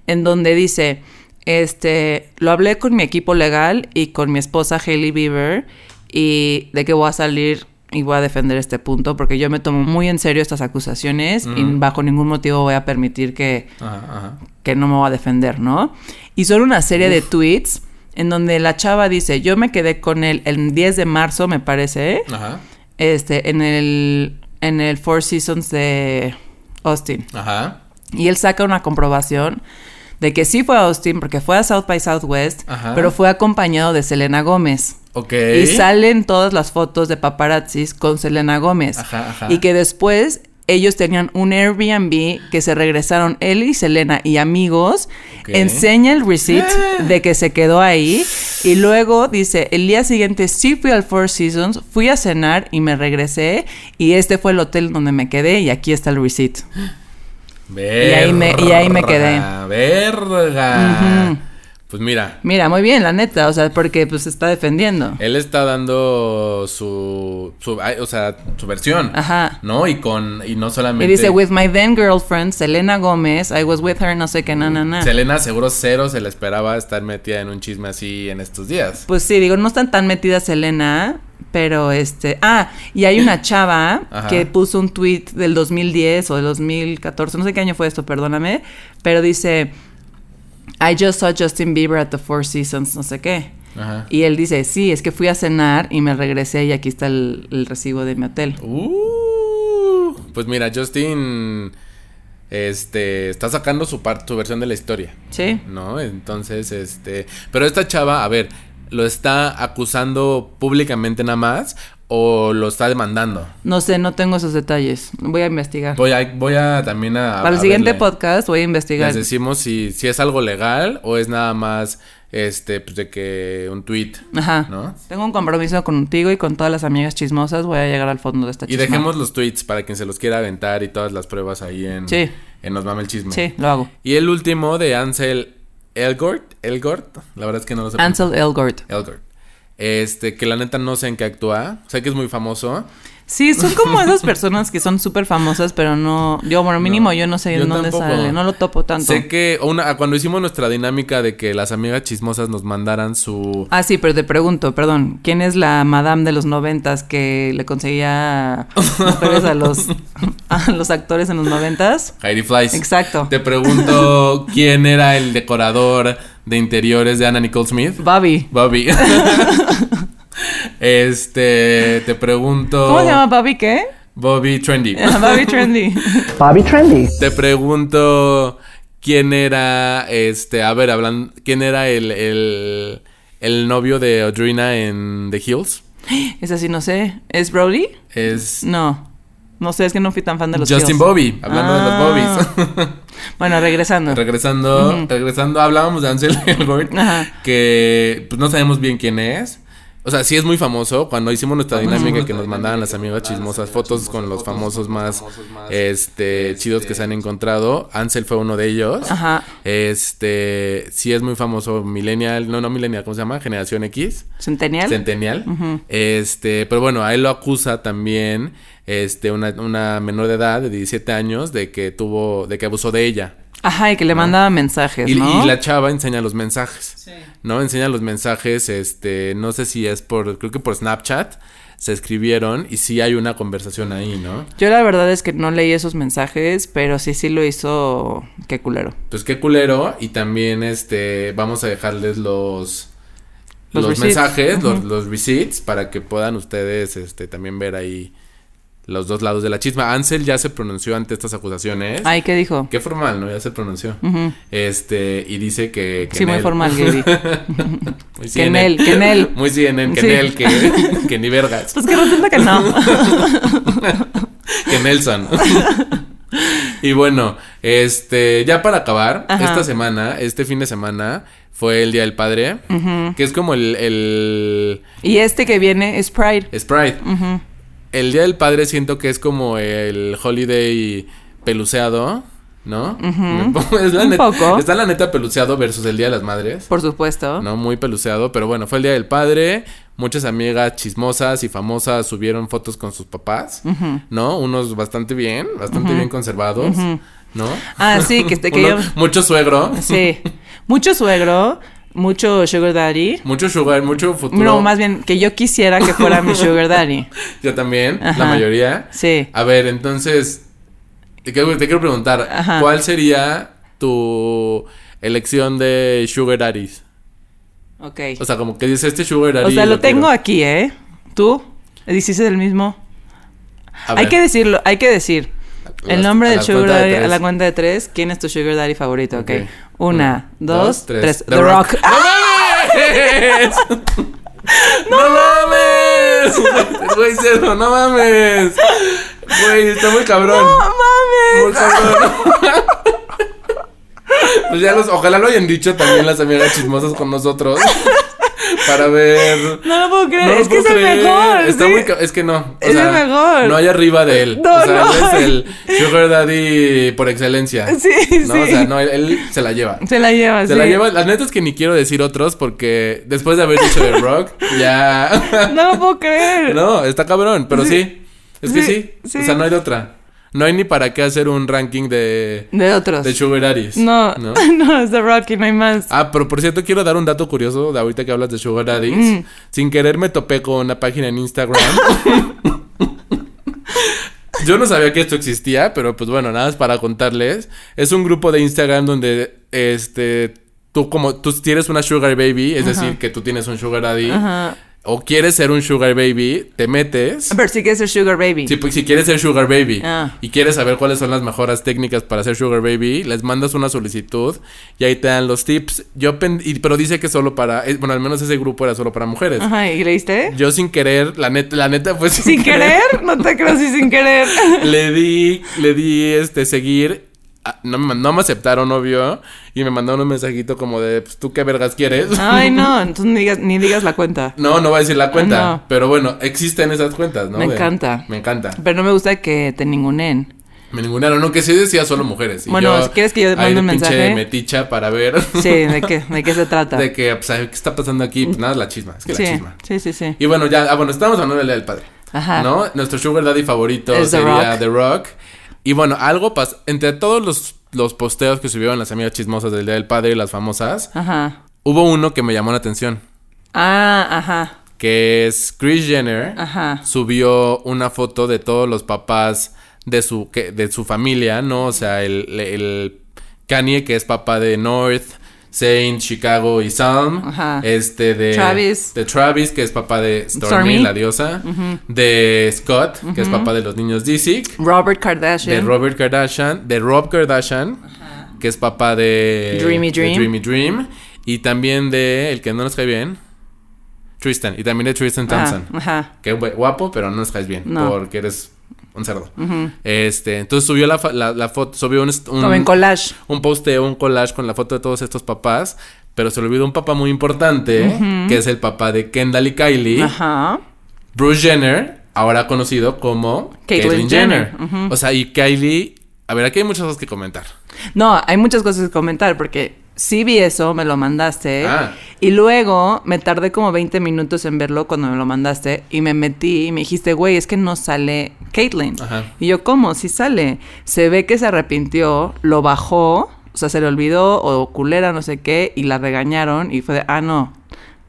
Speaker 2: en donde dice, este, lo hablé con mi equipo legal y con mi esposa Hailey Bieber y de que voy a salir y voy a defender este punto porque yo me tomo muy en serio estas acusaciones y bajo ningún motivo voy a permitir que,
Speaker 1: Ajá, ajá.
Speaker 2: que no me va a defender, ¿no? Y son una serie de tweets en donde la chava dice, yo me quedé con él el 10 de marzo, me parece,
Speaker 1: Ajá.
Speaker 2: este, en el, en el Four Seasons de Austin.
Speaker 1: Ajá.
Speaker 2: Y él saca una comprobación de que sí fue a Austin porque fue a South by Southwest,
Speaker 1: Ajá.
Speaker 2: pero fue acompañado de Selena Gómez.
Speaker 1: Ok.
Speaker 2: Y salen todas las fotos de paparazzis con Selena Gómez.
Speaker 1: Ajá, ajá.
Speaker 2: Y que después ellos tenían un Airbnb que se regresaron él y Selena y amigos.
Speaker 1: Ok. Ah.
Speaker 2: Enseña el receipt de que se quedó ahí. Y luego dice, el día siguiente sí fui al Four Seasons, fui a cenar y me regresé. Y este fue el hotel donde me quedé y aquí está el receipt.
Speaker 1: Verga,
Speaker 2: ahí me- y ahí me quedé.
Speaker 1: Verga.
Speaker 2: Ujú.
Speaker 1: Pues mira,
Speaker 2: Mira, muy bien, la neta, o sea, porque pues se está defendiendo.
Speaker 1: Él está dando su, su ay, o sea, su versión.
Speaker 2: Ajá.
Speaker 1: ¿No? Y con y no solamente
Speaker 2: Y dice, with my then girlfriend, Selena Gómez, I was with her, no sé qué, na, na, na.
Speaker 1: Selena seguro cero se le esperaba estar metida en un chisme así en estos días.
Speaker 2: Pues sí, digo, no están tan metidas Selena, pero este... Ah, y hay una chava
Speaker 1: Ajá.
Speaker 2: que puso un tweet del 2010 o del 2014, no sé qué año fue esto, perdóname, pero dice, I just saw Justin Bieber at the Four Seasons, no sé qué.
Speaker 1: Ajá.
Speaker 2: Y él dice, sí, es que fui a cenar y me regresé y aquí está el, el recibo de mi hotel.
Speaker 1: Uh, pues mira, Justin este está sacando su par- su versión de la historia.
Speaker 2: Sí.
Speaker 1: ¿No? Entonces, este, pero esta chava, a ver, ¿lo está acusando públicamente nada más o lo está demandando?
Speaker 2: No sé, no tengo esos detalles. Voy a investigar.
Speaker 1: Voy a voy a también Pues, a
Speaker 2: Para el
Speaker 1: a
Speaker 2: siguiente
Speaker 1: verle.
Speaker 2: podcast voy a investigar.
Speaker 1: Les decimos si, si es algo legal o es nada más este pues de que un tweet.
Speaker 2: Ajá.
Speaker 1: ¿No?
Speaker 2: Tengo un compromiso contigo y con todas las amigas chismosas. Voy a llegar al fondo de esta
Speaker 1: Y
Speaker 2: chisma.
Speaker 1: dejemos los tweets para quien se los quiera aventar y todas las pruebas ahí en,
Speaker 2: Sí.
Speaker 1: en Nos Mame el Chisme.
Speaker 2: Sí, lo hago.
Speaker 1: Y el último de Ansel Elgort. Elgort. La verdad es que no lo sé.
Speaker 2: Ansel Elgort.
Speaker 1: Elgort. Este, que la neta no sé en qué actúa. Sé que es muy famoso.
Speaker 2: Sí, son como esas personas que son súper famosas, pero no. Yo, bueno, mínimo, yo no sé en dónde
Speaker 1: tampoco.
Speaker 2: sale. No lo topo tanto.
Speaker 1: Sé que una, cuando hicimos nuestra dinámica de que las amigas chismosas nos mandaran su.
Speaker 2: Ah, sí, pero te pregunto, perdón. ¿Quién es la madame de los noventas que le conseguía mujeres a los, a los actores en los noventas?
Speaker 1: Heidi Flies.
Speaker 2: Exacto.
Speaker 1: Te pregunto quién era el decorador de interiores de Anna Nicole Smith.
Speaker 2: Bobby.
Speaker 1: Bobby. este, te pregunto.
Speaker 2: ¿Cómo se llama Bobby qué?
Speaker 1: Bobby Trendy.
Speaker 2: Bobby Trendy.
Speaker 7: Bobby Trendy.
Speaker 1: Te pregunto quién era, este, a ver, hablando, quién era el, el, el novio de Audrina en The Hills.
Speaker 2: Esa sí no sé. ¿Es Brody?
Speaker 1: Es
Speaker 2: No. No sé, es que no fui tan fan de los
Speaker 1: Justin
Speaker 2: Hills.
Speaker 1: Bobby, hablando
Speaker 2: Ah.
Speaker 1: de los Bobbies.
Speaker 2: Bueno, regresando.
Speaker 1: Regresando, regresando, hablábamos de Ansel Elgort,
Speaker 2: Ajá.
Speaker 1: que pues no sabemos bien quién es. O sea, sí es muy famoso. Cuando hicimos nuestra dinámica que nos mandaban las amigas chismosas fotos con los famosos más este chidos que se han encontrado. Ansel fue uno de ellos.
Speaker 2: Ajá.
Speaker 1: Este, sí es muy famoso millennial, no no millennial, ¿cómo se llama? Generación X.
Speaker 2: ¿Centennial?
Speaker 1: Centennial. Este, pero bueno, a él lo acusa también este una, una menor de edad de 17 años de que tuvo de que abusó de ella.
Speaker 2: Ajá, y que le mandaba mensajes,
Speaker 1: Ah. Y,
Speaker 2: ¿no?
Speaker 1: y la chava enseña los mensajes. ¿No? Enseña los mensajes, este, no sé si es por, creo que por Snapchat, se escribieron y sí hay una conversación ahí, ¿no?
Speaker 2: Yo la verdad es que no leí esos mensajes, pero sí, sí lo hizo... Qué culero.
Speaker 1: Pues qué culero y también, este, vamos a dejarles los...
Speaker 2: Los
Speaker 1: Los,
Speaker 2: receipts.
Speaker 1: mensajes, los,
Speaker 2: Ujú.
Speaker 1: los receipts, para que puedan ustedes este, también ver ahí los dos lados de la chisma. Ansel ya se pronunció ante estas acusaciones.
Speaker 2: Ay, ¿qué dijo?
Speaker 1: Qué formal, ¿no? Ya se pronunció. Este, y dice que. que
Speaker 2: Sí, muy
Speaker 1: Nel.
Speaker 2: formal, Gaby.
Speaker 1: muy
Speaker 2: Que Nel, que Nel.
Speaker 1: Muy CNN, que
Speaker 2: Sí.
Speaker 1: Nel, que, que ni vergas.
Speaker 2: Pues que resulta que no.
Speaker 1: que Nelson. y bueno, este, ya para acabar,
Speaker 2: Ajá.
Speaker 1: esta semana, este fin de semana, fue el Día del Padre, que es como el, el
Speaker 2: y este que viene es Pride.
Speaker 1: Sprite. El Día del Padre siento que es como el holiday peluceado, ¿no? Es la
Speaker 2: Un
Speaker 1: neta-
Speaker 2: poco.
Speaker 1: Está la neta peluceado versus el Día de las Madres.
Speaker 2: Por supuesto.
Speaker 1: ¿no? Muy peluceado, pero bueno, fue el Día del Padre. Muchas amigas chismosas y famosas subieron fotos con sus papás, ¿no? Unos bastante bien, bastante bien conservados, ¿no?
Speaker 2: Ah, sí, que te- que
Speaker 1: Uno-
Speaker 2: yo-
Speaker 1: Mucho suegro,
Speaker 2: Sí. Mucho suegro, mucho sugar daddy.
Speaker 1: mucho sugar, mucho futuro.
Speaker 2: No, más bien que yo quisiera que fuera mi sugar daddy.
Speaker 1: Yo también, la
Speaker 2: Ajá.
Speaker 1: mayoría.
Speaker 2: Sí.
Speaker 1: A ver, entonces, te quiero, te quiero preguntar,
Speaker 2: Ajá.
Speaker 1: ¿cuál sería tu elección de sugar daddies?
Speaker 2: Ok.
Speaker 1: O sea, como que dice este sugar daddy.
Speaker 2: O sea, lo tengo
Speaker 1: quiero.
Speaker 2: aquí, ¿eh? ¿Tú? ¿Hiciste el mismo?
Speaker 1: A
Speaker 2: Hay
Speaker 1: ver,
Speaker 2: que decirlo, hay que decir.
Speaker 1: A
Speaker 2: el
Speaker 1: las-
Speaker 2: nombre
Speaker 1: a
Speaker 2: del
Speaker 1: la
Speaker 2: sugar
Speaker 1: cuenta de
Speaker 2: daddy a
Speaker 1: tres.
Speaker 2: la cuenta de tres. ¿Quién es tu sugar daddy favorito? Ok.
Speaker 1: Ok.
Speaker 2: Una, dos, tres.
Speaker 1: The
Speaker 2: The,
Speaker 1: Ah,
Speaker 2: Rock.
Speaker 1: ¡No mames! ¡No mames! Güey, cerdo, no mames. Güey, está muy cabrón.
Speaker 2: ¡No mames!
Speaker 1: Muy cabrón. Pues ya los, ojalá lo hayan dicho también las amigas chismosas con nosotros. Para ver.
Speaker 2: No lo puedo creer.
Speaker 1: No lo
Speaker 2: es que
Speaker 1: puedo
Speaker 2: es el
Speaker 1: creer.
Speaker 2: mejor.
Speaker 1: Está
Speaker 2: ¿sí?
Speaker 1: muy ca- es que no. o
Speaker 2: Es el mejor.
Speaker 1: No hay arriba de él.
Speaker 2: No,
Speaker 1: o sea,
Speaker 2: no
Speaker 1: él es
Speaker 2: hay.
Speaker 1: el Sugar Daddy por excelencia.
Speaker 2: Sí,
Speaker 1: no,
Speaker 2: sí.
Speaker 1: O sea, no, él, él se la lleva.
Speaker 2: Se la lleva,
Speaker 1: Se
Speaker 2: sí.
Speaker 1: la lleva, la neta es que ni quiero decir otros porque después de haber dicho The Rock, ya.
Speaker 2: No lo puedo creer.
Speaker 1: no, está cabrón, pero sí. Es que sí.
Speaker 2: Sí, sí.
Speaker 1: O sea, no hay de otra. No hay ni para qué hacer un ranking de,
Speaker 2: De otros.
Speaker 1: de Sugar Daddies.
Speaker 2: no, no, es The Rock y no hay más.
Speaker 1: Ah, pero por cierto, quiero dar un dato curioso de ahorita que hablas de Sugar Daddies. Sin querer me topé con una página en Instagram. Yo no sabía que esto existía, pero pues bueno, nada más para contarles. Es un grupo de Instagram donde este tú como tú tienes una sugar baby, es decir, que tú tienes un sugar daddy
Speaker 2: Ajá.
Speaker 1: o quieres ser un sugar baby, te metes.
Speaker 2: Pero sí que es el sugar baby.
Speaker 1: Si, pues, si quieres ser Sugar Baby
Speaker 2: Ah.
Speaker 1: y quieres saber cuáles son las mejores técnicas para ser Sugar Baby, les mandas una solicitud y ahí te dan los tips. Yo pen- y- pero dice que solo para, eh, bueno, al menos ese grupo era solo para mujeres.
Speaker 2: Ajá, ¿y leíste?
Speaker 1: pues. Yo sin querer, la neta, la neta fue sin,
Speaker 2: ¿Sin querer? No te creo, sí, sin querer.
Speaker 1: le di, le di este seguir. Ah, No me, no me aceptaron, obvio. Y me mandaron un mensajito como de, pues tú qué vergas quieres.
Speaker 2: Ay, no, entonces ni digas, ni digas la cuenta.
Speaker 1: No, no voy a decir la cuenta.
Speaker 2: Ah, no.
Speaker 1: Pero bueno, existen esas cuentas, ¿no?
Speaker 2: Me
Speaker 1: De-
Speaker 2: encanta.
Speaker 1: Me encanta.
Speaker 2: Pero no me gusta que te ningunen.
Speaker 1: Me ningunearon, no, que sí decía solo mujeres. Y
Speaker 2: Bueno,
Speaker 1: yo,
Speaker 2: si quieres que yo te
Speaker 1: ahí
Speaker 2: mande
Speaker 1: de
Speaker 2: un
Speaker 1: pinche
Speaker 2: mensaje.
Speaker 1: meticha para ver.
Speaker 2: Sí, ¿de qué, de qué se trata?
Speaker 1: De que, pues, ay, ¿qué está pasando aquí? Pues nada, la chisma, es que
Speaker 2: sí,
Speaker 1: la chisma.
Speaker 2: sí, sí, sí.
Speaker 1: Y bueno, ya, ah, bueno, estábamos hablando del Día del Padre.
Speaker 2: Ajá.
Speaker 1: ¿No? Nuestro Sugar Daddy favorito
Speaker 2: Es The
Speaker 1: sería
Speaker 2: Rock.
Speaker 1: The Rock. Y bueno, algo pasó. Entre todos los, los posteos que subieron las amigas chismosas del Día del Padre y las famosas,
Speaker 2: Ajá.
Speaker 1: hubo uno que me llamó la atención.
Speaker 2: Ah, ajá.
Speaker 1: Que es Chris Jenner.
Speaker 2: Ajá.
Speaker 1: Subió una foto de todos los papás de su, que- de su familia, ¿no? O sea, el, el Kanye, que es papá de North, Saint, Chicago y Sam.
Speaker 2: Ajá.
Speaker 1: Este de.
Speaker 2: Travis.
Speaker 1: De Travis, que es papá de Stormy,
Speaker 2: Stormy.
Speaker 1: la diosa. De Scott, que es papá de los niños Disick.
Speaker 2: Robert
Speaker 1: De
Speaker 2: Kardashian.
Speaker 1: Robert Kardashian. De Rob Kardashian, que es papá de.
Speaker 2: Dreamy
Speaker 1: de
Speaker 2: Dream.
Speaker 1: Dreamy Dream. Y también de. El que no nos cae bien. Tristan. Y también de Tristan Thompson.
Speaker 2: Ajá, ajá.
Speaker 1: Que gu- guapo, pero no nos caes bien.
Speaker 2: No.
Speaker 1: Porque eres un cerdo. Este, entonces subió la, fa- la- la foto, subió un, un,
Speaker 2: Como en collage.
Speaker 1: un posteo, un collage con la foto de todos estos papás. Pero se le olvidó un papá muy importante, que es el papá de Kendall y Kylie.
Speaker 2: Ajá.
Speaker 1: Bruce Jenner, ahora conocido como Caitlyn
Speaker 2: Caitlyn
Speaker 1: Jenner.
Speaker 2: Jenner,
Speaker 1: O sea, y Kylie. A ver, aquí hay muchas cosas que comentar.
Speaker 2: No, hay muchas cosas que comentar porque sí vi eso, me lo mandaste.
Speaker 1: Ah.
Speaker 2: Y luego me tardé como 20 minutos en verlo cuando me lo mandaste y me metí y me dijiste, güey, es que no sale Caitlyn.
Speaker 1: Ajá.
Speaker 2: Y yo, ¿cómo? Sí sale. Se ve que se arrepintió, lo bajó, o sea, se le olvidó o culera, no sé qué, y la regañaron y fue de, ah, no,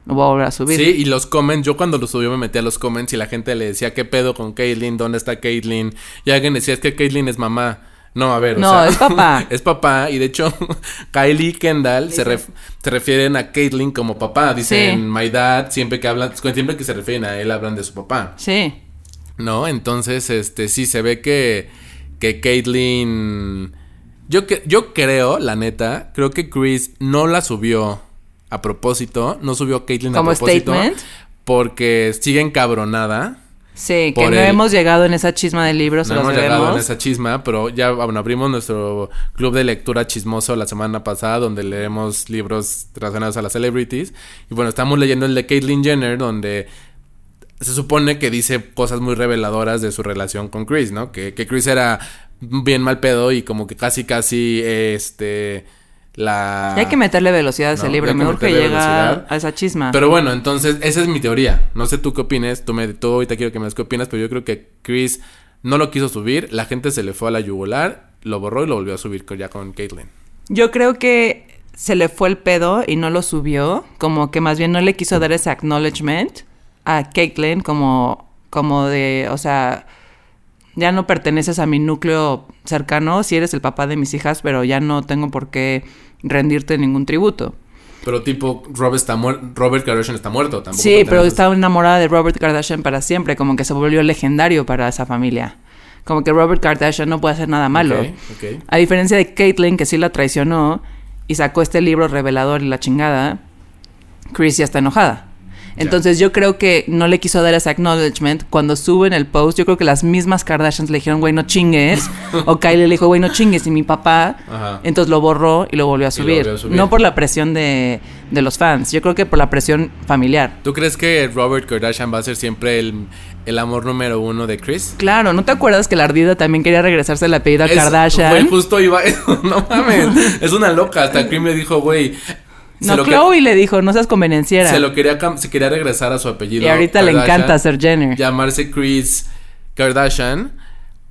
Speaker 2: no voy a volver a subir.
Speaker 1: Sí, y los comments, yo cuando lo subió me metí a los comments y la gente le decía, ¿qué pedo con Caitlyn? ¿Dónde está Caitlyn? Y alguien decía, es que Caitlyn es mamá. No, a ver, o
Speaker 2: No,
Speaker 1: sea,
Speaker 2: es papá.
Speaker 1: es papá, y de hecho, Kylie y Kendall se, ref- se refieren a Caitlyn como papá. Dicen,
Speaker 2: Sí.
Speaker 1: my dad, siempre que hablan, siempre que se refieren a él, hablan de su papá.
Speaker 2: Sí.
Speaker 1: ¿No? Entonces, este, sí, se ve que, que Caitlyn... Yo, que- yo creo, la neta, creo que Chris no la subió a propósito, no subió a Caitlyn a
Speaker 2: ¿Como
Speaker 1: propósito.
Speaker 2: statement?
Speaker 1: Porque sigue encabronada.
Speaker 2: Sí, que
Speaker 1: Por
Speaker 2: no
Speaker 1: el-
Speaker 2: hemos llegado en esa chisma de libros, se
Speaker 1: No
Speaker 2: los
Speaker 1: hemos llegado en
Speaker 2: debemos.
Speaker 1: esa chisma, pero ya bueno, abrimos nuestro club de lectura chismoso la semana pasada, donde leemos libros relacionados a las celebrities. Y bueno, estamos leyendo el de Caitlyn Jenner, donde se supone que dice cosas muy reveladoras de su relación con Chris, ¿no? Que, que Chris era bien mal pedo y como que casi, casi, este, la...
Speaker 2: Ya hay que meterle velocidad a ese
Speaker 1: No,
Speaker 2: libro,
Speaker 1: hay que
Speaker 2: mejor que
Speaker 1: meterle
Speaker 2: llega
Speaker 1: velocidad.
Speaker 2: a esa chisma.
Speaker 1: Pero bueno, entonces esa es mi teoría. No sé tú qué opines, tú, me, tú ahorita quiero que me des qué opinas, pero yo creo que Chris no lo quiso subir, la gente se le fue a la yugular, lo borró y lo volvió a subir co- ya con Caitlyn.
Speaker 2: Yo creo que se le fue el pedo y no lo subió, como que más bien no le quiso dar ese acknowledgement a Caitlyn como, como de, o sea, ya no perteneces a mi núcleo cercano, si eres el papá de mis hijas, pero ya no tengo por qué rendirte ningún tributo.
Speaker 1: Pero tipo, Robert, está muer- Robert Kardashian está muerto tampoco.
Speaker 2: Sí, pero
Speaker 1: perteneces-
Speaker 2: estaba enamorada de Robert Kardashian para siempre, como que se volvió legendario para esa familia. Como que Robert Kardashian no puede hacer nada malo.
Speaker 1: Ok, ok.
Speaker 2: A diferencia de Caitlyn, que sí la traicionó y sacó este libro revelador y la chingada, Chris ya está enojada. Entonces yo creo que no le quiso dar ese acknowledgement. Cuando suben el post, yo creo que las mismas Kardashians le dijeron, güey, no chingues. o Kylie le dijo, güey, no chingues. Y mi papá,
Speaker 1: Ajá.
Speaker 2: entonces lo borró y lo volvió a
Speaker 1: Y lo
Speaker 2: subir.
Speaker 1: volvió a subir.
Speaker 2: No por la presión de, de los fans, yo creo que por la presión familiar.
Speaker 1: ¿Tú crees que Robert Kardashian va a ser siempre el, el amor número uno de Chris?
Speaker 2: Claro, ¿no te acuerdas que la ardida también quería regresarse el apellido a
Speaker 1: Es-
Speaker 2: Kardashian?
Speaker 1: Güey, justo iba. no mames. Es una loca. Hasta Kim le dijo, güey. se
Speaker 2: no,
Speaker 1: lo que-
Speaker 2: Chloe le dijo, no seas convenenciera.
Speaker 1: Se lo quería, cam- se quería regresar a su apellido.
Speaker 2: Y ahorita le encanta ser Jenner.
Speaker 1: Llamarse Chris Kardashian.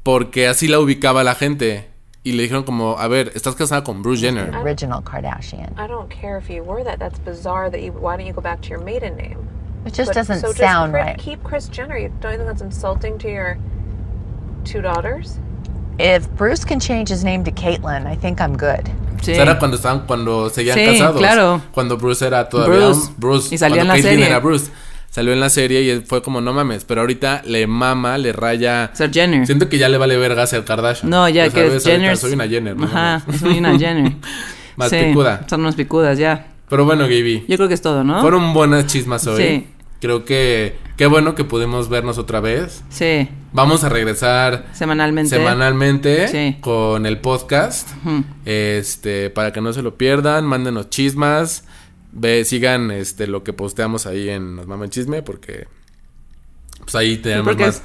Speaker 1: Porque así la ubicaba la gente. Y le dijeron como, a ver, estás casada con Bruce Jenner.
Speaker 7: original Kardashian.
Speaker 8: I don't care if you were that. That's bizarre. That you. Why don't you go back to your maiden name?
Speaker 7: It just
Speaker 8: But-
Speaker 7: doesn't
Speaker 8: so just
Speaker 7: sound
Speaker 8: cri-
Speaker 7: right.
Speaker 8: Keep Chris Jenner. You don't you think that's insulting to your two daughters?
Speaker 7: If Bruce can change his name to Caitlyn, I think I'm good.
Speaker 2: Sí.
Speaker 1: O sea, era cuando estaban, cuando seguían
Speaker 2: Sí,
Speaker 1: casados.
Speaker 2: claro.
Speaker 1: Cuando Bruce era todavía
Speaker 2: Bruce.
Speaker 1: un- Bruce.
Speaker 2: Y salió
Speaker 1: cuando
Speaker 2: en la
Speaker 1: Caitlyn
Speaker 2: serie.
Speaker 1: era Bruce. Salió en la serie y fue como, no mames. Pero ahorita le mama, le raya.
Speaker 2: Ser Jenner.
Speaker 1: Siento que ya le vale verga ser Kardashian.
Speaker 2: No, ya
Speaker 1: O sea,
Speaker 2: que
Speaker 1: ves
Speaker 2: es
Speaker 1: ahorita,
Speaker 2: Jenner.
Speaker 1: Soy una Jenner. no
Speaker 2: Ajá,
Speaker 1: mames.
Speaker 2: soy una Jenner.
Speaker 1: Más
Speaker 2: Sí,
Speaker 1: picuda.
Speaker 2: Son más picudas, ya.
Speaker 1: Pero bueno, Gaby.
Speaker 2: Yo creo que es todo, ¿no?
Speaker 1: Fueron buenas chismas hoy.
Speaker 2: Sí.
Speaker 1: Creo que qué bueno que pudimos vernos otra vez.
Speaker 2: Sí,
Speaker 1: Vamos a regresar
Speaker 2: semanalmente.
Speaker 1: semanalmente
Speaker 2: Sí.
Speaker 1: con el podcast. Este, para que no se lo pierdan, mándenos chismas. Ve, sigan este lo que posteamos ahí en Nos Mama el Chisme porque pues ahí tenemos
Speaker 2: porque
Speaker 1: más.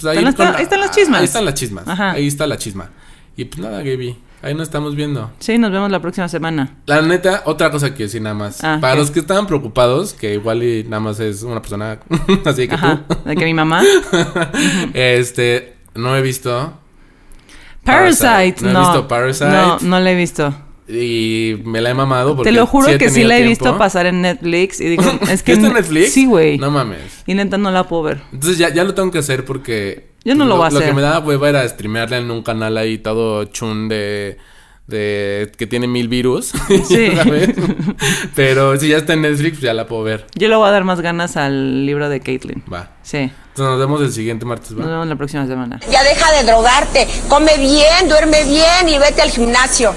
Speaker 1: pues, ahí
Speaker 2: están las-
Speaker 1: con
Speaker 2: ahí están las chismas.
Speaker 1: Ahí están las chismas.
Speaker 2: Ajá.
Speaker 1: Ahí está la chisma. Y pues nada, Gaby, ahí nos estamos viendo.
Speaker 2: Sí, nos vemos la próxima semana.
Speaker 1: La neta, otra cosa que decir nada más.
Speaker 2: Ah,
Speaker 1: Para
Speaker 2: ¿qué?
Speaker 1: los que estaban preocupados, que igual y nada más es una persona así que
Speaker 2: Ajá.
Speaker 1: tú.
Speaker 2: De que mi mamá.
Speaker 1: este, no he visto. Parasite.
Speaker 2: Parasite,
Speaker 1: ¿No
Speaker 2: no.
Speaker 1: has visto Parasite?
Speaker 2: No, no la he visto.
Speaker 1: Y me la he mamado porque.
Speaker 2: Te lo juro
Speaker 1: he
Speaker 2: que sí
Speaker 1: tenido
Speaker 2: la he
Speaker 1: tiempo.
Speaker 2: visto pasar en Netflix y digo, es que.
Speaker 1: ¿Está en
Speaker 2: ne-
Speaker 1: Netflix?
Speaker 2: Sí, güey.
Speaker 1: No mames.
Speaker 2: Y neta no la puedo ver.
Speaker 1: Entonces ya, ya lo tengo que hacer porque.
Speaker 2: Yo no lo voy a
Speaker 1: Lo
Speaker 2: hacer.
Speaker 1: que me daba hueva era streamearla en un canal ahí todo chun de. de que tiene mil virus.
Speaker 2: Sí.
Speaker 1: ¿sabes? Pero si ya está en Netflix, pues ya la puedo ver.
Speaker 2: Yo le voy a dar más ganas al libro de Caitlyn.
Speaker 1: Va.
Speaker 2: Sí.
Speaker 1: Entonces nos vemos el siguiente martes. ¿va?
Speaker 2: Nos vemos la próxima semana.
Speaker 9: Ya deja de drogarte, come bien, duerme bien y vete al gimnasio.